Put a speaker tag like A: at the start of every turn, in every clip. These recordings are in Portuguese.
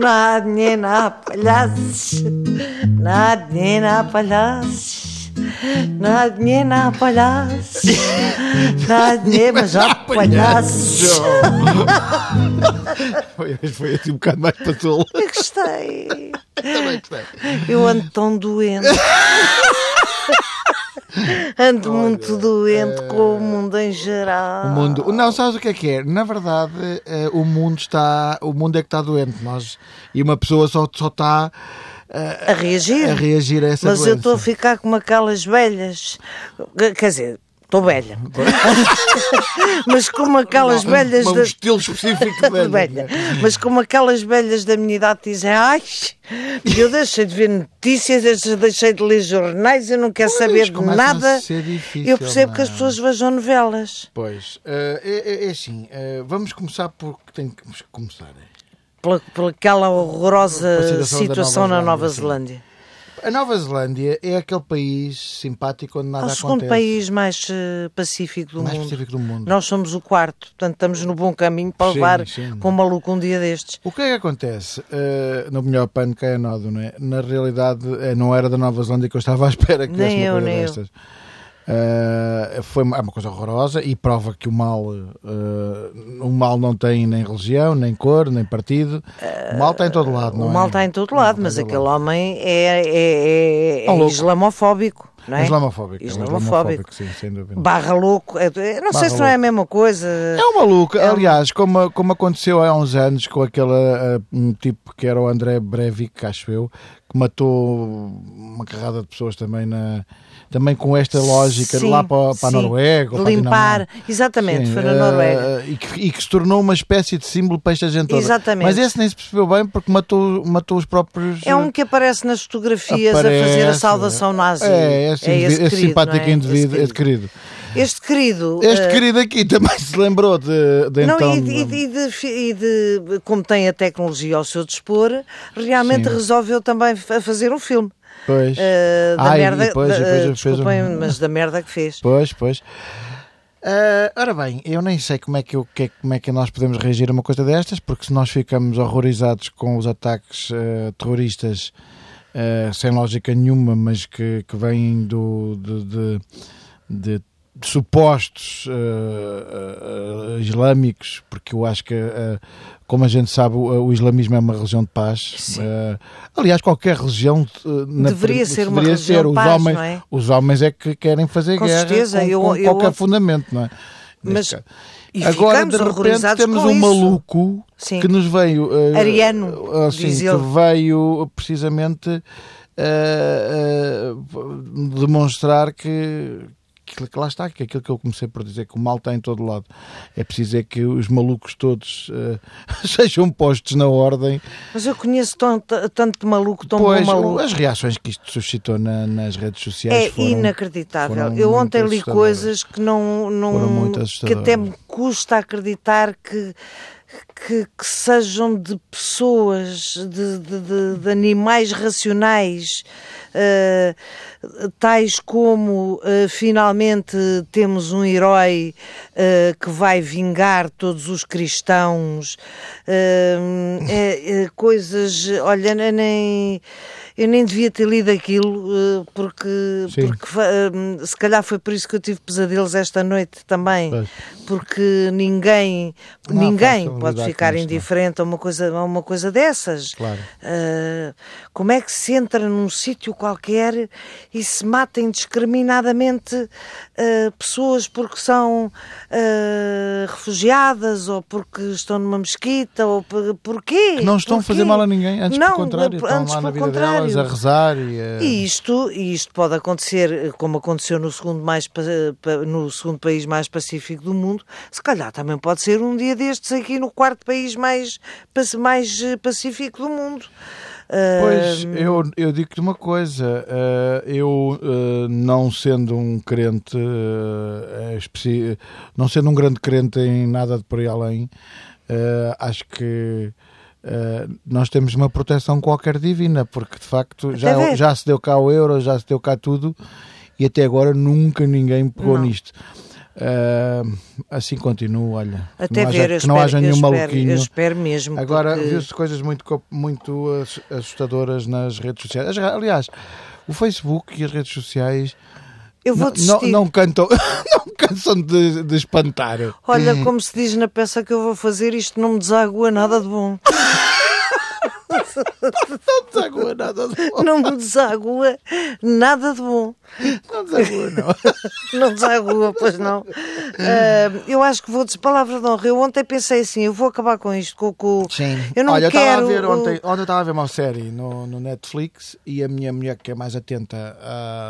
A: Nad nena palhaços, nad nena palhaços, nad nena palhaços, nad nena já palhaços.
B: foi, foi assim um bocado mais patola.
A: Eu gostei.
B: Também gostei.
A: Eu ando tão doente. Ando muito doente com o mundo em geral.
B: eh, O mundo. Não, sabes o que é que é? Na verdade, eh, o mundo está. O mundo é que está doente. Nós, e uma pessoa só, só está
A: A reagir.
B: a reagir a essa
A: Mas eu
B: doença.
A: estou a ficar como aquelas velhas. Quer dizer, estou velha. Mas como aquelas velhas
B: Um
A: da.
B: estilo específico de
A: velha.
B: velha.
A: Mas como aquelas velhas da minha idade dizem, ai, eu deixei de ver notícias, eu deixei de ler jornais, eu não quero saber de
B: começa a
A: nada.
B: ser difícil,
A: eu percebo que as
B: não é?
A: pessoas vejam novelas.
B: Pois, eh, é, é- é assim, eh, vamos começar por que temos que começar.
A: Pela, por aquela
B: Pela
A: horrorosa
B: situação da
A: situação
B: Nova
A: na Nova
B: Zelândia,
A: Zelândia.
B: A Nova Zelândia é aquele país simpático onde
A: É
B: nada
A: o
B: acontece.
A: segundo país mais eh, pacífico do
B: mais
A: mundo.
B: específico do mundo.
A: Nós somos o quarto, portanto estamos no bom caminho para
B: Sim,
A: levar
B: sim.
A: com o maluco um dia destes.
B: O que é que acontece? Eh, no melhor pano cai a nódoa, não é? Na realidade, eh, não era da Nova Zelândia que eu estava à espera que
A: Nem
B: tivesse
A: eu,
B: uma coisa
A: nem eu.
B: destas. Eh, foi uma, é uma coisa horrorosa e prova que o mal eh, o mal não tem nem religião, nem cor, nem partido. o mal está em todo lado, não
A: Eh, o
B: é?
A: mal está em todo
B: O mal
A: lado,
B: está em
A: mas
B: todo
A: aquele
B: lado.
A: homem é, é- é- é
B: É um louco.
A: islamofóbico, não é?
B: Islamofóbico. é um
A: Islamofóbico.
B: sim, sem dúvida.
A: Barra louco, é- é- não
B: Barra
A: sei se não é a mesma coisa.
B: É um maluco,
A: É um-
B: aliás, como, como aconteceu há uns anos com aquele ah, um tipo que era o André Breivik, acho eu, que matou uma carrada de pessoas também, na, também com esta lógica de
A: Sim,
B: É lá para, para a
A: sim.
B: Noruega. ou
A: De
B: para a
A: limpar,
B: Dinamarca.
A: exatamente,
B: Sim,
A: foi na
B: ah,
A: Noruega.
B: e, que, e que se tornou uma espécie de símbolo para esta gente toda.
A: Exatamente.
B: Mas esse nem se percebeu bem porque matou, matou os próprios. eh,
A: É um que aparece nas fotografias a fazer a
B: Aparece. eh,
A: saudação nazi.
B: É, esse, indiví- esse
A: querido, não
B: simpático
A: é?
B: indivíduo,
A: Esse
B: esse querido.
A: Este querido.
B: Este
A: eh,
B: querido aqui também se lembrou de, de
A: Não,
B: então.
A: e, de- e de- e de, fi- e de- como tem a tecnologia ao seu dispor, realmente
B: Sim.
A: resolveu também fa- fazer um filme.
B: Pois.
A: eh, da
B: Ah, e
A: merda,
B: depois-
A: da-
B: e depois fez
A: desculpem,
B: um-
A: mas da merda que fez.
B: Pois, pois. Ah, ora bem, eu nem sei como é, que eu, que é- como é que nós podemos reagir a uma coisa destas, porque se nós ficamos horrorizados com os ataques ah, terroristas ah, sem lógica nenhuma, mas que, que vêm do, de, de- de- de supostos ah, ah, islâmicos, porque eu acho que, ah, como a gente sabe, o, o islamismo é uma religião de paz.
A: Sim.
B: Ah, aliás, qualquer religião eh, na-
A: Deveria ser uma
B: deveria
A: religião
B: ser.
A: de
B: Os
A: paz,
B: homens,
A: não é?
B: os homens é que querem fazer
A: Com
B: guerra
A: certeza,
B: com,
A: eu-
B: com
A: eu-
B: qualquer fundamento, não é?
A: Mas-
B: Neste caso.
A: E
B: Agora,
A: ficamos
B: de repente,
A: horrorizados
B: temos
A: com
B: um
A: isso.
B: maluco
A: Sim.
B: que nos veio... eh,
A: Ariano,
B: eh, assim,
A: diz
B: que
A: ele.
B: veio precisamente eh, eh, demonstrar que, que lá está, que aquilo que eu comecei por dizer, que o mal está em todo lado. É preciso é que os malucos todos eh, sejam postos na ordem
A: Mas eu conheço tão- t- tanto maluco, tão bom
B: Pois,
A: maluco.
B: as reações que isto suscitou na- nas redes sociais
A: É
B: foram...
A: inacreditável.
B: foram
A: Eu
B: muito
A: ontem li
B: assustadoras.
A: coisas que não, não-
B: Foram muito
A: que
B: assustadoras.
A: até me custa acreditar que que, que sejam de pessoas, de, de- de- de animais racionais, eh, tais como eh, finalmente temos um herói eh, que vai vingar todos os cristãos, eh, eh, eh, coisas, olha, eu nem, eu nem devia ter lido aquilo, eh, porque,
B: Sim.
A: porque fa- eh, se calhar foi por isso que eu tive pesadelos esta noite também,
B: Pois.
A: porque ninguém,
B: Não há
A: ninguém
B: fácil
A: pode
B: lidar
A: ficar
B: com isto, não é?
A: indiferente a uma coisa, a uma coisa dessas.
B: Claro.
A: Ah, como é que se entra num sítio qualquer e se mata indiscriminadamente ah, pessoas porque são ah, refugiadas ou porque estão numa mesquita ou por, porquê?
B: Que não estão a
A: Porquê?
B: fazer mal a ninguém, antes
A: não,
B: pelo contrário, estão
A: antes
B: lá na
A: pelo
B: vida delas a
A: contrário.
B: rezar e a...
A: E isto, e isto pode acontecer, eh, como aconteceu no segundo, mais, pa- eh, pa- no segundo país mais pacífico do mundo, se calhar também pode ser um dia destes aqui no quarto país mais, pac- mais eh, pacífico do mundo. Ah,
B: Pois, eu, eu digo-te uma coisa, eh, eu eh, não sendo um crente, eh, eh, especi- não sendo um grande crente em nada de por aí além, eh, acho que eh, nós temos uma proteção qualquer divina, porque de facto já,
A: ver.
B: já se deu cá o euro, já se deu cá tudo, e até agora nunca ninguém pegou
A: Não.
B: nisto. Ah, assim continuo, olha.
A: Até
B: que não
A: ver,
B: haja,
A: eu
B: que não
A: espero-
B: haja
A: eu
B: nenhum
A: espero-
B: maluquinho.
A: Eu espero mesmo.
B: Agora
A: porque-
B: viu-se coisas muito, co- muito ass- assustadoras nas redes sociais. As- Aliás, o Facebook e as redes sociais
A: eu vou
B: não- não,
A: desistir.
B: não cantam, não cansam de, de espantar.
A: Olha,
B: hum.
A: como se diz na peça que eu vou fazer, isto não me deságua nada de bom.
B: Não desagua nada, não
A: Não me deságua nada de bom.
B: desagua, não.
A: Não deságua, pois não. Ah, eu acho que vou des palavra de honra. Eu ontem pensei assim, eu vou acabar com isto, com, com... Eu não
B: Olha, eu estava
A: quero...
B: a ver
A: o-
B: ontem, ontem eu estava a ver uma série no, no Netflix e a minha mulher, que é mais atenta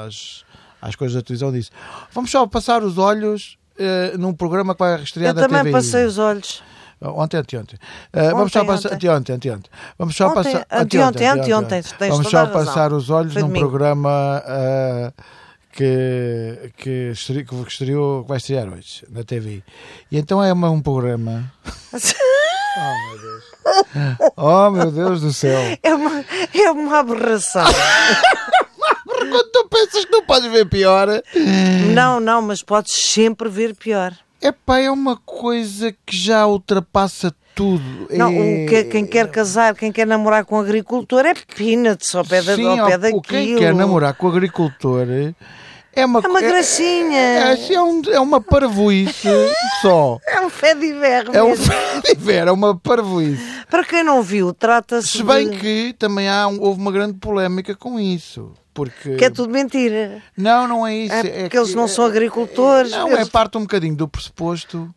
B: às, às coisas da televisão, disse: Vamos só passar os olhos eh, num programa que vai restrear
A: Eu
B: da
A: também
B: TVI."
A: passei os olhos.
B: Ontem, anteontem. Eh, vamos só
A: Ontem,
B: passar.
A: ontem.
B: Anteontem, anteontem. Vamos só
A: Ontem,
B: passar.
A: anteontem, anteontem, tens
B: Vamos
A: toda
B: só
A: a razão.
B: passar os olhos
A: Foi
B: num
A: domingo.
B: programa ah, que, que, estre- que estreou, que vai estrear hoje na TV. E então é uma- um programa. Oh meu Deus. Oh meu Deus do céu.
A: É uma, é uma aberração.
B: Quando tu pensas que não podes ver pior.
A: não, não, mas podes sempre ver pior.
B: Epá, é uma coisa que já ultrapassa tudo.
A: Não,
B: É-
A: o que, quem quer casar, quem quer namorar com um agricultor é peanuts ao pé, da,
B: Sim,
A: ao pé
B: ó,
A: daquilo.
B: o quem quer namorar com o agricultor é uma
A: É uma
B: co-
A: gracinha.
B: É, assim, é um- é uma parvoíce só.
A: É um fé de verbo.
B: É um tiver, é uma parvoíce.
A: Para quem não viu, trata-se
B: Se bem
A: de...
B: que também há um- houve uma grande polémica com isso. Porque.
A: que é tudo mentira.
B: Não, não é isso.
A: É
B: é
A: porque eles
B: que-
A: não são agricultores.
B: Não, é
A: eles-
B: parte um bocadinho do pressuposto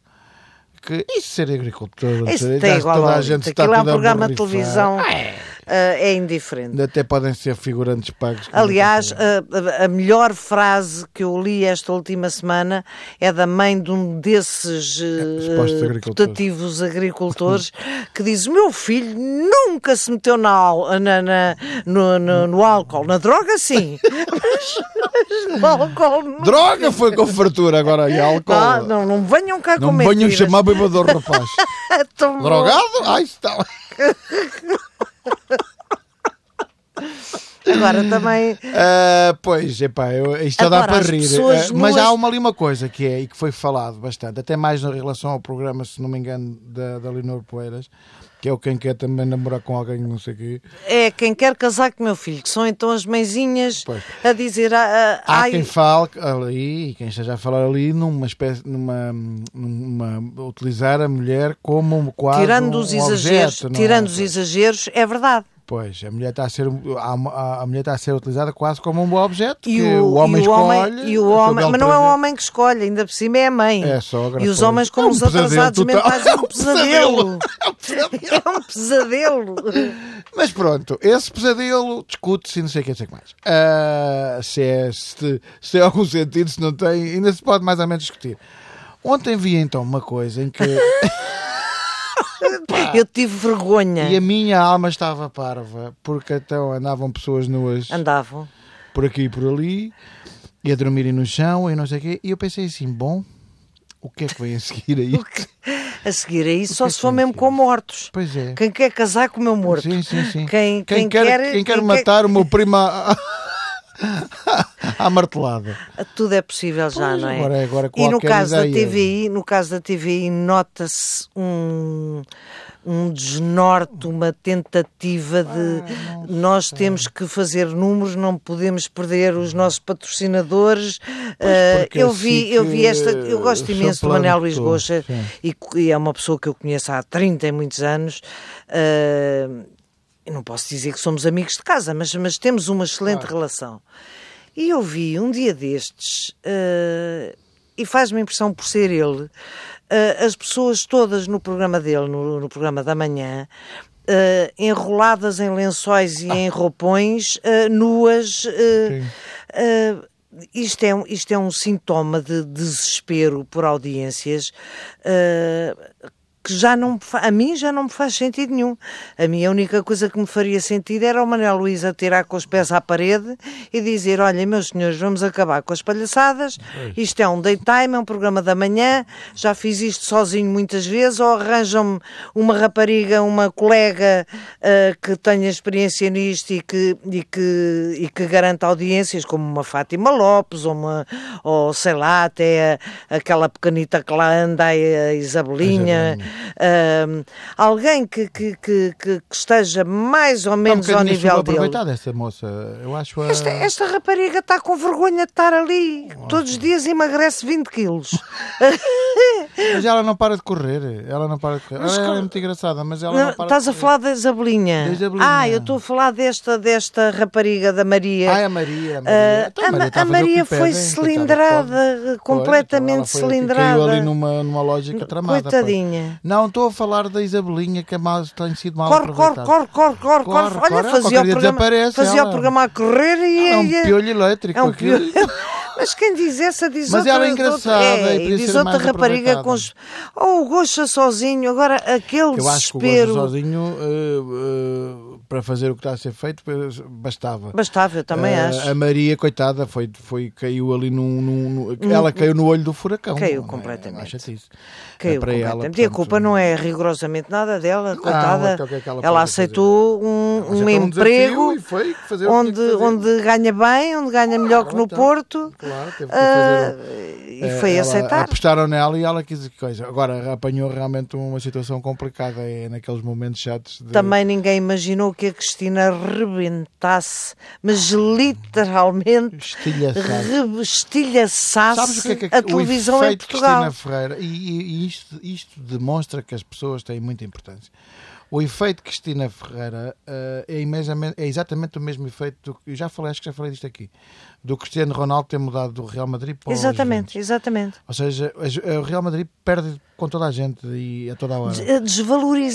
B: que isso ser agricultor, não
A: Isso
B: sei,
A: tem
B: já
A: é igual
B: toda
A: ao
B: a gente está
A: Aquilo é um
B: toda a
A: programa de
B: borrifar.
A: televisão. ah, é indiferente.
B: Ainda até podem ser figurantes pagos. que não
A: Aliás, ah,
B: têm
A: a, a- a melhor frase que eu li esta última semana é da mãe de um desses
B: supostos
A: eh,
B: É, agricultores.
A: putativos agricultores que diz: "O Meu filho nunca se meteu na, al- na- na- no, no- no álcool, na droga, sim, mas, mas no álcool não.
B: Droga foi com fartura agora e álcool.
A: Ah, não, não venham cá
B: Não
A: com
B: me venham
A: mentiras.
B: chamar bêbado rapaz.
A: Tão bom.
B: Drogado? Ai, está bem.
A: Agora também.
B: Ah, pois, epá, eu, isto está a dar
A: Agora,
B: para
A: as
B: rir.
A: pessoas
B: Ah, mas
A: nuas-
B: há uma, ali uma coisa que é, e que foi falado bastante, até mais na relação ao programa, se não me engano, da, da Leonor Poeiras, que é o quem quer também namorar com alguém, não sei o quê.
A: É quem quer casar com meu filho, que são então as mãezinhas
B: Pois.
A: a dizer. ah, ah,
B: Há
A: ai,
B: quem fale ali, e quem esteja a falar ali, numa espécie, numa, numa- utilizar a mulher como quase
A: tirando
B: um
A: os exageros,
B: objeto, não é?
A: tirando os exageros, é verdade.
B: Pois, a mulher está a ser, há uma- a, a mulher está a ser utilizada quase como um objeto,
A: E
B: que
A: o,
B: o, homem
A: e o
B: escolhe.
A: homem, e o
B: a seu
A: homem
B: belo
A: mas não é
B: prazer.
A: o homem que escolhe, ainda por cima é a mãe.
B: É só agora
A: e os
B: foi.
A: homens
B: É
A: como
B: um
A: os atrasados
B: pesadelo total.
A: mentais é um pesadelo.
B: É um pesadelo.
A: É um pesadelo.
B: Mas pronto, esse pesadelo discute-se e não sei o que, não sei o que mais. Ah, se, é, se, te- se tem algum sentido, se não tem, ainda se pode mais ou menos discutir. Ontem vi então uma coisa em que
A: Eu tive vergonha.
B: e a minha alma estava parva, porque então andavam pessoas nuas
A: Andavam.
B: por aqui e por ali, e a dormirem no chão e não sei o quê, e eu pensei assim, bom, o que é que vem a seguir aí?
A: A seguir a isso, só
B: que é
A: se
B: que
A: for
B: é
A: mesmo
B: isso?
A: com mortos.
B: Pois é.
A: Quem quer casar com o meu morto.
B: Sim, sim, sim.
A: Quem, quem
B: quer,
A: quer-
B: quem quer
A: quem
B: matar o meu primo à, à martelada.
A: Tudo é possível já,
B: Pois,
A: não é?
B: agora- agora
A: e no
B: qualquer
A: caso da
B: ideia.
A: TVI, no caso da TVI, nota-se um, um desnorte, uma tentativa de
B: Ah,
A: nós temos que fazer números, não podemos perder os nossos patrocinadores. Ah,
B: porque
A: eu
B: a
A: vi,
B: SIC,
A: eu vi esta, eu gosto
B: eh,
A: imenso do
B: sopla-me
A: Manuel Luís
B: tudo,
A: Goxa
B: sim.
A: e, co- e é uma pessoa que eu conheço há 30 e muitos anos. Ah, eu não posso dizer que somos amigos de casa, mas, mas temos uma excelente relação. E eu vi um dia destes, eh, e faz-me impressão por ser ele, eh, as pessoas todas no programa dele, no, no programa da manhã, eh, enroladas em lençóis e em roupões, eh, nuas. eh,
B: Sim.
A: eh, isto é, um- isto é um sintoma de desespero por audiências eh, que já não me fa- a mim já não me faz sentido nenhum. A mim a única coisa que me faria sentido era o Manuel Luís atirar com os pés à parede e dizer, olhem meus senhores, vamos acabar com as palhaçadas, isto é um daytime, é um programa da manhã, já fiz isto sozinho muitas vezes, ou arranjam-me uma rapariga, uma colega ah, que tenha experiência nisto e que, e, que, e que garanta audiências, como uma Fátima Lopes, ou, uma, ou sei lá, até a- aquela pequenita que lá anda, a Isabelinha, Ahm, alguém que, que, que, que- que esteja mais ou menos
B: Está um
A: ao
B: bocadinho
A: nível dele.
B: subaproveitada esta moça. Eu acho a...
A: Esta, é- esta rapariga está com vergonha de estar ali. Todos
B: é.
A: os dias emagrece 20 quilos.
B: Mas ela não para de correr. Ela não para de correr.
A: Mas
B: ela
A: como-
B: é muito engraçada, mas ela não,
A: Não,
B: para
A: estás
B: de
A: a
B: correr.
A: falar da Isabelinha.
B: Da Isabelinha.
A: Ah, eu estou a falar desta, desta rapariga da Maria.
B: Ai, a Maria. A
A: Ah,
B: Maria, Então,
A: a Ma-
B: está
A: a
B: fazer o que lhe
A: Maria
B: pedem,
A: foi
B: coitada,
A: cilindrada,
B: pode.
A: completamente
B: Pois, então ela foi-
A: cilindrada.
B: Caiu ali numa, numa lógica tramada. pá.
A: Coitadinha.
B: Não, estou a falar da Isabelinha que é mal, tem sido mal
A: Corre, corre,
B: aproveitada.
A: corre, corre, corre, corre.
B: Corre,
A: Olha, fazia,
B: corre, qualquer
A: o
B: dia
A: programa,
B: desaparece
A: fazia o
B: ela.
A: programa a correr e.
B: É um
A: e-
B: piolho elétrico.
A: É um
B: aquilo.
A: piolho. Mas quem diz essa diz
B: Mas
A: outra.
B: ela é
A: outra-
B: engraçada
A: é,
B: e podia
A: diz
B: ser
A: outra
B: mais
A: rapariga com os. Ou o Goxa sozinho, agora aquele
B: Eu acho que o
A: desespero.
B: Gosto sozinho, eh, eh, para fazer o que está a ser feito, eh, bastava.
A: Bastava, eu também
B: Eh,
A: acho.
B: A Maria, coitada, foi, foi, caiu ali num. num- num- ela caiu no olho do furacão.
A: Caiu
B: não é?
A: completamente.
B: Não acha disso.
A: Caiu
B: É para ela,
A: completamente. e a
B: portanto,
A: culpa não é rigorosamente nada dela, coitada.
B: então o que é que ela
A: ela
B: pode
A: aceitou um, um
B: aceitou um
A: emprego
B: desafio e foi fazer o que
A: onde,
B: tinha que fazer.
A: onde ganha bem, onde ganha melhor que no
B: então,
A: Porto.
B: Claro, teve que
A: ah,
B: fazer.
A: e
B: eh,
A: foi
B: ela-
A: aceitar.
B: Apostaram nela e ela quis coisa. Agora apanhou realmente uma situação complicada. É naqueles momentos chatos. De...
A: Também ninguém imaginou que a Cristina rebentasse, mas literalmente
B: Estilhaçada.
A: estilhaçasse
B: Sabes o que é que
A: a
B: o
A: televisão em
B: efeito
A: Portugal.
B: Cristina Ferreira, e, e- e isto, isto demonstra que as pessoas têm muita importância. O efeito Cristina Ferreira eh, é, imensamente- é exatamente o mesmo efeito do que eu já falei, acho que já falei disto aqui, do Cristiano Ronaldo ter mudado do Real Madrid para o
A: Exatamente,
B: Juventus.
A: exatamente.
B: Ou seja, a Ju- o Real Madrid perde com toda a gente e a toda a hora.
A: Des-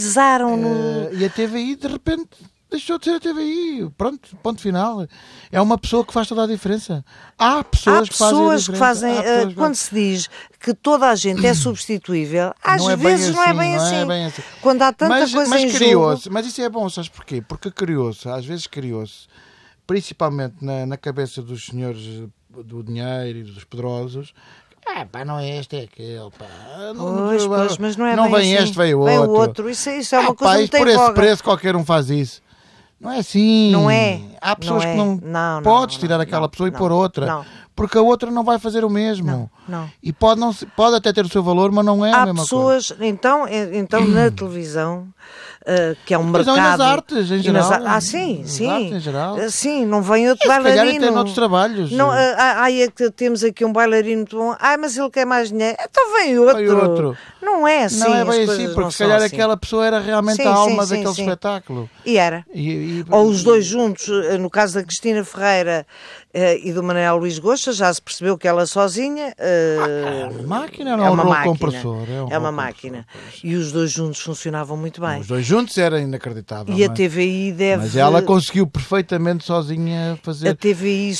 A: Desvalorizaram-no.
B: Eh, e a TVI de repente deixou de ser a TVI. Pronto, ponto final. É uma pessoa que faz toda a diferença. Há pessoas,
A: Há pessoas que fazem,
B: Há
A: eh,
B: pessoas que
A: quando se diz que toda a gente é substituível, às
B: Não é bem
A: vezes não é
B: assim,
A: bem
B: não é
A: assim.
B: bem assim.
A: Quando há tanta
B: mas,
A: coisa
B: mas
A: em
B: criou-se.
A: jogo,
B: Mas isso é bom, sabes porquê? Porque criou-se, às vezes criou-se, principalmente na, na cabeça dos senhores do dinheiro e dos poderosos. Ah, pá, não é este, é aquele, pá. Não,
A: pois, pois, mas não é bem
B: vem
A: assim.
B: este, vem o outro.
A: Isso, isso é uma
B: Ah,
A: coisa
B: pá,
A: que
B: isto
A: tem
B: por esse
A: voga.
B: preço qualquer um faz isso. Não é assim.
A: Não é.
B: Há pessoas
A: Não
B: que
A: é.
B: não,
A: Não, não,
B: podes
A: não,
B: tirar
A: não,
B: aquela
A: não,
B: pessoa e
A: não,
B: pôr outra.
A: não.
B: Porque a outra não vai fazer o mesmo.
A: Não, não.
B: E pode, não, se- pode até ter o seu valor, mas não é a
A: Há
B: mesma coisa. Hum.
A: pessoas, então, eh, então na televisão, eh, que é um
B: Mas
A: mercado.
B: não, e nas artes, em
A: e nas
B: geral.
A: ar- Ah, sim,
B: Nas
A: sim.
B: artes, em geral.
A: Eh, Sim, não vem outro
B: E se calhar
A: bailarino.
B: até noutros trabalhos.
A: Não, ah, ah, ai, é que temos aqui um bailarino muito bom. Ai, mas ele quer mais dinheiro. Então vem outro.
B: Vem outro.
A: Não é assim.
B: não é
A: as
B: bem
A: coisas
B: assim,
A: não
B: porque se
A: são
B: calhar
A: assim.
B: aquela pessoa era realmente
A: Sim,
B: a
A: sim,
B: alma
A: sim,
B: daquele
A: sim.
B: espetáculo.
A: E era.
B: E- e-
A: Ou os dois juntos, eh, no caso da Cristina Ferreira eh, e do Manuel Luís Gosta, já se percebeu que ela sozinha eh,
B: é uma máquina, não
A: é
B: é um
A: uma
B: rolo
A: máquina.
B: compressor, é um
A: É uma
B: rolo
A: máquina. E os dois juntos funcionavam muito bem.
B: Os dois juntos era inacreditável.
A: E a
B: mas-
A: TVI deve.
B: Mas ela conseguiu perfeitamente sozinha
A: A
B: fazer.
A: TVI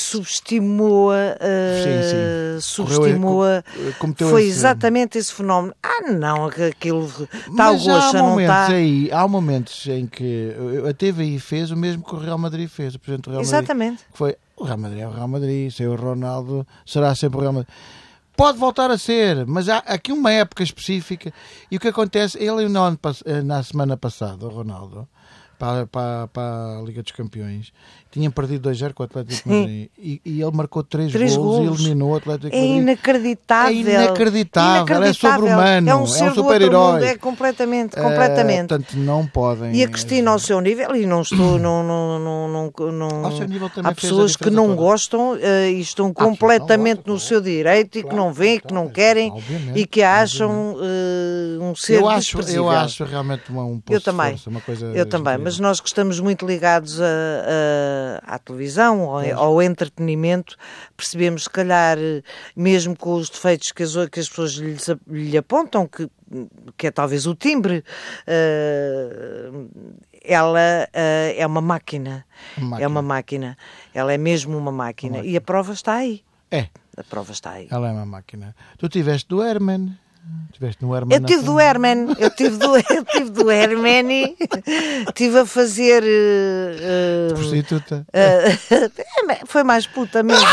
A: subestimou-a, eh,
B: Sim, sim.
A: subestimou-a.
B: Correu- cometeu
A: Foi
B: esse-
A: exatamente esse fenómeno. Ah, não, que aquilo está o
B: Mas há
A: gosto, não tá.
B: momentos
A: está.
B: aí, há momentos em que a TVI fez o mesmo que o Real Madrid fez, o presidente do Real Madrid.
A: Exatamente.
B: que foi o Real Madrid é o Real Madrid, sem o Ronaldo, será sempre o Real Madrid. Pode voltar a ser, mas há aqui uma época específica. E o que acontece, ele no ano pass- eh, na semana passada, o Ronaldo, para, para, para a Liga dos Campeões, tinha perdido 2-0 com o Atlético de Madrid. E, e ele marcou 3
A: Três
B: gols,
A: golos.
B: e eliminou o Atlético
A: É
B: de Madrid.
A: inacreditável.
B: É inacreditável, é sobre-humano,
A: É
B: é
A: um
B: um
A: ser do outro
B: super-herói. é
A: mundo, é completamente,
B: Eh,
A: completamente.
B: portanto, não podem.
A: e a Cristina, ao seu nível, e não estou, não, não, não, não, não-
B: Ao seu nível também
A: há
B: fez a Ah,
A: pessoas que
B: diferença
A: não
B: toda.
A: gostam eh, e estão
B: pessoas que não
A: completamente
B: gostam,
A: no seu direito e que não veem, que
B: é claro,
A: não querem
B: obviamente,
A: e que a acham eh, um ser
B: eu acho,
A: desprezível.
B: eu acho realmente uma, um posto
A: Eu também.
B: de força, uma coisa
A: Eu também,
B: incrível.
A: mas nós que estamos muito ligados a- a- à televisão, ao, ao entretenimento, percebemos, se calhar, eh, mesmo com os defeitos que as, o- que as pessoas lhes a- lhe apontam, que, que é talvez o timbre, eh, ela eh, é uma máquina.
B: Uma
A: É uma máquina. Ela é mesmo uma máquina. E a prova está aí.
B: É,
A: A prova está aí.
B: ela é uma máquina. Tu tiveste do Herman. Estiveste no Herman. assim,
A: Eu tive do Herman, eu tive do, eu tive do Herman e estive a fazer. eh, eh,
B: Prostituta.
A: É, mas foi mais puta mesmo.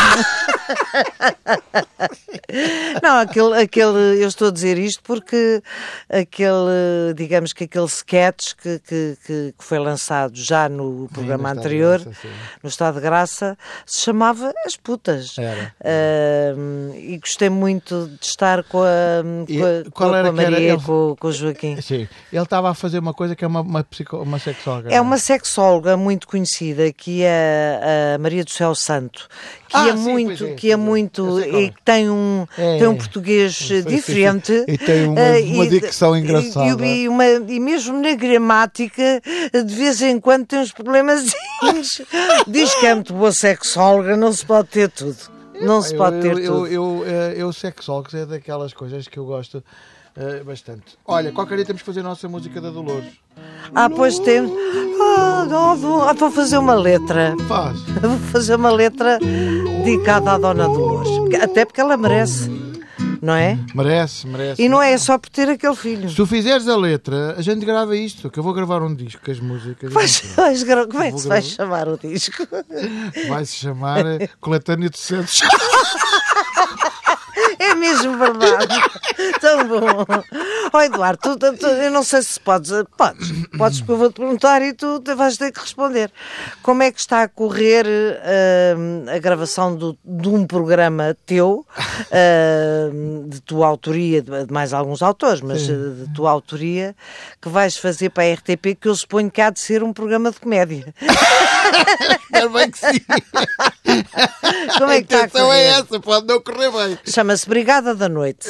A: não, aquele, aquele, eu estou a dizer isto porque aquele, digamos que aquele sketch que, que, que, que foi lançado já no programa
B: Estado de
A: anterior,
B: Graça, tá sim.
A: no Estado de Graça, se chamava As Putas.
B: Era.
A: Ahm, e gostei muito de estar com a,
B: E
A: com a,
B: qual
A: com a
B: era que era
A: Maria,
B: ele?
A: com, o- com o Joaquim.
B: Sim. Ele estava a fazer uma coisa que é uma, uma, psico, uma sexóloga.
A: É uma sexóloga muito conhecida que é a Maria do Céu Santo, que
B: Ah,
A: é
B: sim,
A: muito,
B: pois é,
A: que é
B: pois é. Eu
A: muito
B: sei qual é.
A: e que tem um
B: É,
A: tem um
B: é.
A: português
B: Sim, sim, sim.
A: diferente
B: E tem uma-
A: eh,
B: uma dicção
A: e-
B: engraçada.
A: e, e uma- e mesmo na gramática de vez em quando tem uns problemas. Diz que é muito boa sexóloga, não se pode ter tudo, não se
B: Eu-
A: pode ter
B: eu,
A: tudo.
B: eu, eu, eh, eu sexólogos é daquelas coisas que eu gosto eh, bastante. Olha, qualquer dia temos que fazer a nossa música da Dolores.
A: Ah, pois temos. Ah, não, vou, ah, vou fazer uma letra.
B: Faz.
A: Vou fazer uma letra dedicada à Dona Dolores. Até porque ela merece, não é?
B: Merece, merece.
A: E não é só por ter aquele filho.
B: Se tu fizeres a letra, a gente grava isto, que eu vou gravar um disco com as músicas.
A: Vais- vais gra- como é que
B: Vou
A: se vai
B: gravar.
A: chamar o disco?
B: Vai se chamar eh, Coletânea de Santos.
A: É mesmo verdade. Tão bom. Ó Eduardo, tu- tu- tu- eu não sei se podes. Podes, podes, porque eu vou-te perguntar e tu te- vais ter que responder. Como é que está a correr eh, a gravação do- de um programa teu, eh, de tua autoria, de de mais alguns autores, mas eh, de tua autoria, que vais fazer para a RTP, que eu suponho que há de ser um programa de comédia.
B: Espero bem que sim.
A: Como é que está a
B: intenção é
A: correr?
B: essa, pode não correr bem.
A: Chama-se Brigada da Noite.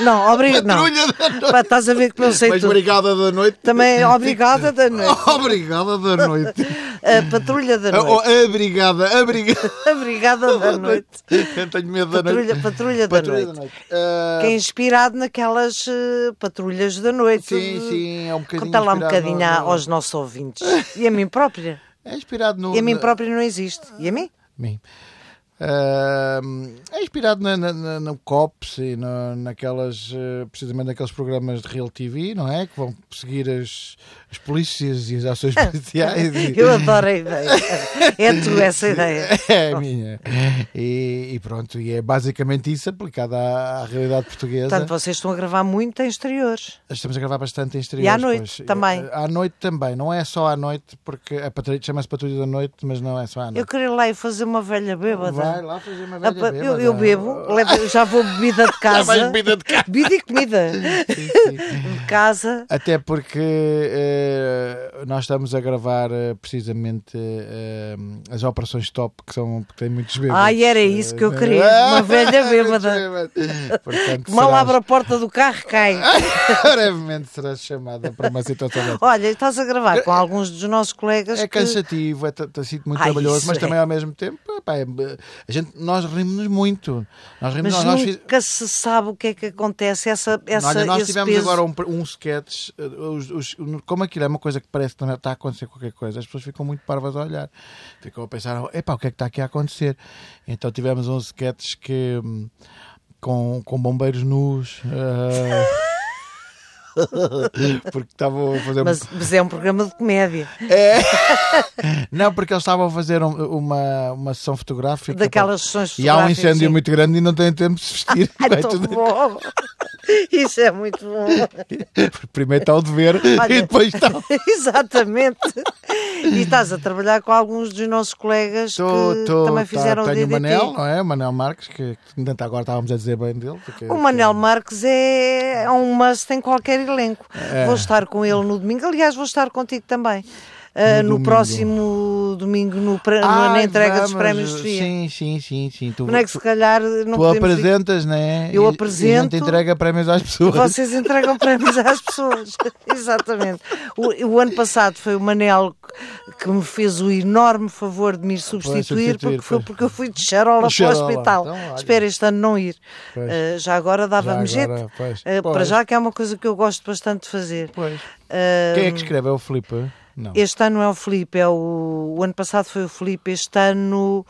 A: Não, obrigado. Não.
B: Patrulha da noite.
A: Pá, estás a ver que não sei
B: Mas
A: tudo.
B: obrigada da noite.
A: Também é obrigada da noite.
B: Obrigada da noite.
A: A patrulha da
B: Oh,
A: noite.
B: oh, obrigada, obrigada
A: Obrigada da noite.
B: Eu tenho medo da
A: Patrulha,
B: noite.
A: patrulha da
B: Patrulha
A: noite.
B: Ah,
A: Que é inspirado naquelas eh, patrulhas da noite.
B: Sim, sim, é um bocadinho.
A: Conta lá um
B: inspirado
A: bocadinho
B: no-
A: a- aos nossos ouvintes. E a mim própria.
B: É inspirado no.
A: E a mim
B: na-
A: própria não existe. E a mim?
B: Mim. Ah, é inspirado na, na, na- no COPS e na, naquelas, eh, precisamente naqueles programas de Real TV, não é? Que vão seguir as, as polícias e as ações policiais. Ah, e-
A: Eu adoro a ideia. É tu essa ideia.
B: É a minha. E, e pronto, e é basicamente isso aplicado à, à realidade portuguesa.
A: Portanto, vocês estão a gravar muito em exteriores.
B: Estamos a gravar bastante em
A: E
B: exteriores.
A: à noite
B: pois.
A: também.
B: Eh, À noite também, não é só à noite, porque a patrulha chama-se patrulha da noite, mas não é só à
A: Eu
B: noite.
A: queria lá ir fazer uma velha bêbada.
B: Vai lá fazer uma
A: Ah,
B: velha
A: pá,
B: bêbada.
A: eu, eu bebo, levo- já vou bebida de casa.
B: vais bebida de casa.
A: Bebida e comida. de casa.
B: Até porque eh, nós estamos a gravar eh, precisamente eh, as operações top, que são que têm muitos bêbados.
A: Ai, era isso que eu
B: Eh,
A: queria, uma velha bêbada.
B: Muitos bêbados. Portanto,
A: Que mal
B: serás-
A: abre a porta do carro, cai.
B: Brevemente serás chamada para uma situação dessa.
A: Olha, estás a gravar com alguns dos nossos colegas
B: É
A: que...
B: cansativo, é t- t- sinto muito
A: Ai,
B: trabalhoso,
A: isso
B: mas
A: é.
B: também ao mesmo tempo, epá, é- a gente, nós rimos-nos muito. Nós rimos,
A: Mas
B: nós, nós fiz-
A: nunca se sabe o que é que acontece. Essa, essa,
B: Olha, nós
A: esse
B: tivemos
A: peso.
B: agora um, pr- um sketch, eh, os- os- como aquilo é uma coisa que parece que também está a acontecer qualquer coisa, as pessoas ficam muito parvas a olhar, ficam a pensar, epá, o que é que está aqui a acontecer? Então tivemos um sketch que hum, com, com bombeiros nus. eh, Porque estavam a fazer um- É
A: Mas, mas é um programa de comédia.
B: Não, porque eles estavam a fazer um- uma, uma sessão fotográfica.
A: Daquelas sessões
B: E há um
A: fotográficas,
B: incêndio
A: sim.
B: muito grande e não têm tempo de se vestir.
A: Ai,
B: Vai
A: tão
B: tudo-
A: bom. Isso é muito bom.
B: Primeiro está o dever
A: Olha.
B: e depois está.
A: Exatamente. E estás a trabalhar com alguns dos nossos colegas que também fizeram
B: tenho
A: DDT.
B: o tá, Manel, não é? O Manel Marques, que que ainda tá agora estávamos a dizer bem dele. porque-
A: O Manel Marques é é um must em qualquer elenco.
B: É.
A: Vou estar com ele no domingo. Aliás, vou estar contigo também. Ah, no
B: domingo.
A: próximo domingo, no pre- no-
B: Ai,
A: na entrega dos
B: Ah, vamos,
A: prémios de FIA.
B: Sim, sim, sim. sim. Tu,
A: Não é que se calhar não
B: tu
A: podemos dizer-
B: apresentas, não é?
A: Eu
B: E- E não
A: apresento.
B: te entrega prémios às pessoas.
A: Vocês entregam prémios às pessoas. Exatamente. O, o ano passado foi o Manel que me fez o enorme favor de me ir substituir,
B: substituir,
A: porque foi
B: pois.
A: porque eu fui de charola,
B: Charola.
A: para o hospital.
B: Então, olha.
A: Espero este ano não ir.
B: Pois.
A: Eh, já agora dava-me
B: Já
A: jeito.
B: agora, pois.
A: Eh, Para
B: Pois.
A: já que é uma coisa que eu gosto bastante de fazer.
B: Pois.
A: Eh,
B: Quem é que escreve? É o Filipe? Não.
A: este ano é o Felipe, é o, o ano passado foi o Felipe, este ano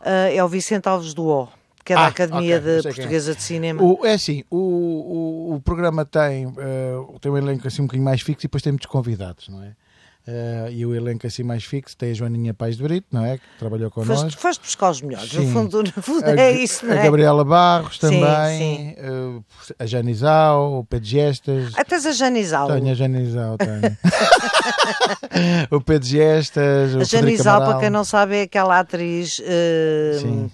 A: ah, é o eh, Vicente Alves do O, que é da
B: Ah,
A: Academia
B: ok,
A: de
B: sei quem é.
A: Portuguesa de Cinema.
B: O- é assim, o, o, o programa tem, eh, tem um elenco assim um bocadinho mais fixo e depois tem muitos convidados, não é? Eh, e o elenco assim mais fixo tem a Joaninha Paz de Brito, não é? Que trabalhou
A: Foste,
B: connosco.
A: foste buscar os melhores, no
B: Sim.
A: fundo, no fundo
B: A-
A: é isso, não
B: A
A: é?
B: Gabriela Barros
A: Sim,
B: também,
A: sim.
B: eh, a Janizal, o Pedro Gestas.
A: Até Ah, a Janizal.
B: Tenho a Janizal, tenho. o Pedro Gestas, o
A: A
B: Frederico
A: Janizal,
B: Amaral.
A: para quem não sabe, é aquela atriz eh,
B: Sim.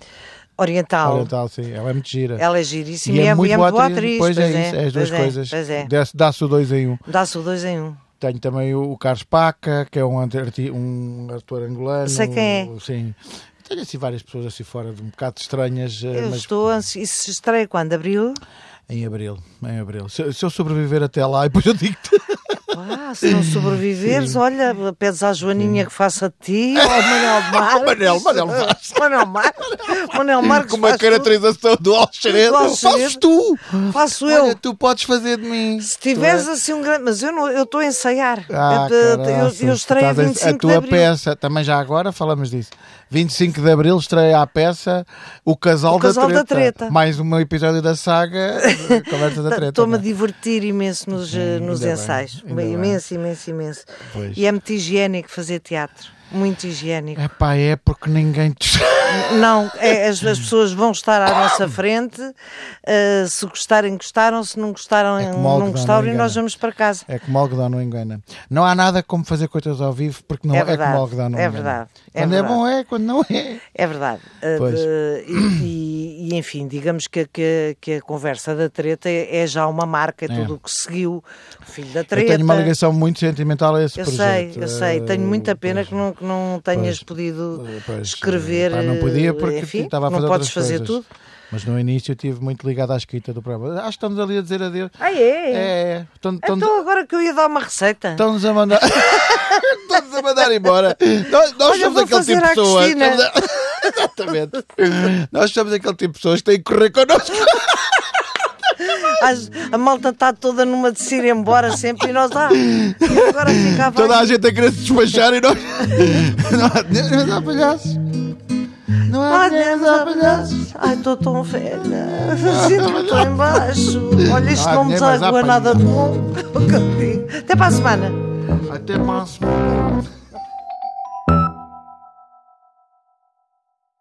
A: oriental.
B: Oriental, sim. Ela é muito gira.
A: Ela é giríssima e é, mu- e é muito boa atriz.
B: Pois, é, isso, é as duas
A: pois
B: coisas.
A: pois é.
B: Dá-se- Dá-se o dois em um.
A: Dá-se o dois em um.
B: Tenho também o o Carlos Paca, que é um, ante- arti- um ator angolano.
A: Sei quem
B: é. Sim. Tenho assim várias pessoas assim fora, de um bocado estranhas, eh,
A: Eu
B: mas
A: estou ansi... Isso estreia quando? Abril?
B: em abril. Em abril. Se, se eu sobreviver até lá, e depois eu digo-te.
A: Ah, se não sobreviveres, olha, pedes à Joaninha que faça de ti, ou ao Manuel Marques.
B: Manel- Manel Marques.
A: Manuel Marques. Manuel Marques.
B: Com uma
A: faz
B: caracterização do Alxeredo.
A: Do Alxeredo.
B: Fazes tu!
A: tudo. Faço
B: Olha,
A: eu.
B: tu podes fazer de mim.
A: Se tiveres assim um grande. Mas eu não- eu estou a ensaiar.
B: é? Ah,
A: eu, eu- eu,
B: caraças,
A: eu estreio a
B: estás a-
A: 25
B: A tua
A: de abril.
B: peça, também já agora falamos disso. 25 de Abril estreia a peça O Casal,
A: O Casal
B: da,
A: da
B: treta.
A: Treta.
B: Mais um episódio da saga eh, Conversa da Treta.
A: Tá, Estou-me a
B: não é?
A: divertir imenso nos, eh, nos
B: ainda bem,
A: ensaios.
B: ainda bem.
A: imenso, imenso, imenso.
B: Pois.
A: E é muito higiênico fazer teatro. Muito higiênico.
B: Epá, é porque ninguém te.
A: Não, é, as, as pessoas vão estar à nossa frente. eh, se gostarem, gostaram. Se não gostaram,
B: É como algodão,
A: não gostaram.
B: não
A: e nós
B: engana.
A: vamos para casa.
B: É como algodão, não engana. Não há nada como fazer coisas ao vivo porque não
A: É
B: é,
A: verdade,
B: como algodão, não
A: é
B: engana.
A: verdade, é
B: Quando é,
A: verdade.
B: bom é, quando não é.
A: É verdade. Eh,
B: Pois.
A: de- e, e- e, enfim, digamos que, que- que a conversa da treta é, é já uma marca. É tudo o que seguiu. O filho da
B: Eu
A: treta.
B: tenho uma ligação muito sentimental a esse
A: Eu sei,
B: projeto.
A: eu sei.
B: Eh,
A: Tenho muita pena
B: pois.
A: que não, que não tenhas
B: Pois.
A: podido
B: Eh, pois,
A: escrever.
B: pá, não podia
A: eh,
B: porque
A: enfim,
B: estava a fazer
A: Não podes
B: outras
A: fazer
B: coisas.
A: tudo.
B: Mas no início eu estive muito ligado à escrita do programa. Acho que estamos ali a dizer adeus.
A: Ah, é?
B: É, então- é. Estão- estão-
A: Então agora que eu ia dar uma receita.
B: Estão-nos a mandar. Estão-nos a mandar embora. Nós, nós
A: Olha,
B: somos
A: vou
B: aquele
A: fazer
B: tipo de
A: à
B: pessoas.
A: Cristina.
B: Estamos a- Exatamente. Nós somos aquele tipo de pessoas que têm que correr connosco.
A: As- a malta está toda numa de se ir embora sempre e nós ah, e agora ficava
B: Toda
A: aí.
B: a gente a querer se despachar e nós. Não há dinheiro, mas há palhaços. Não há
A: Ai,
B: dinheiro,
A: Deus,
B: mas há
A: há
B: palhaços.
A: palhaços. Ai, estou tão velha. Sinto que estou em baixo. Olha, isto
B: Ah,
A: não me
B: nem, mas há
A: desagoa
B: palhaços.
A: nada de bom. Até para a semana.
B: Até para a semana.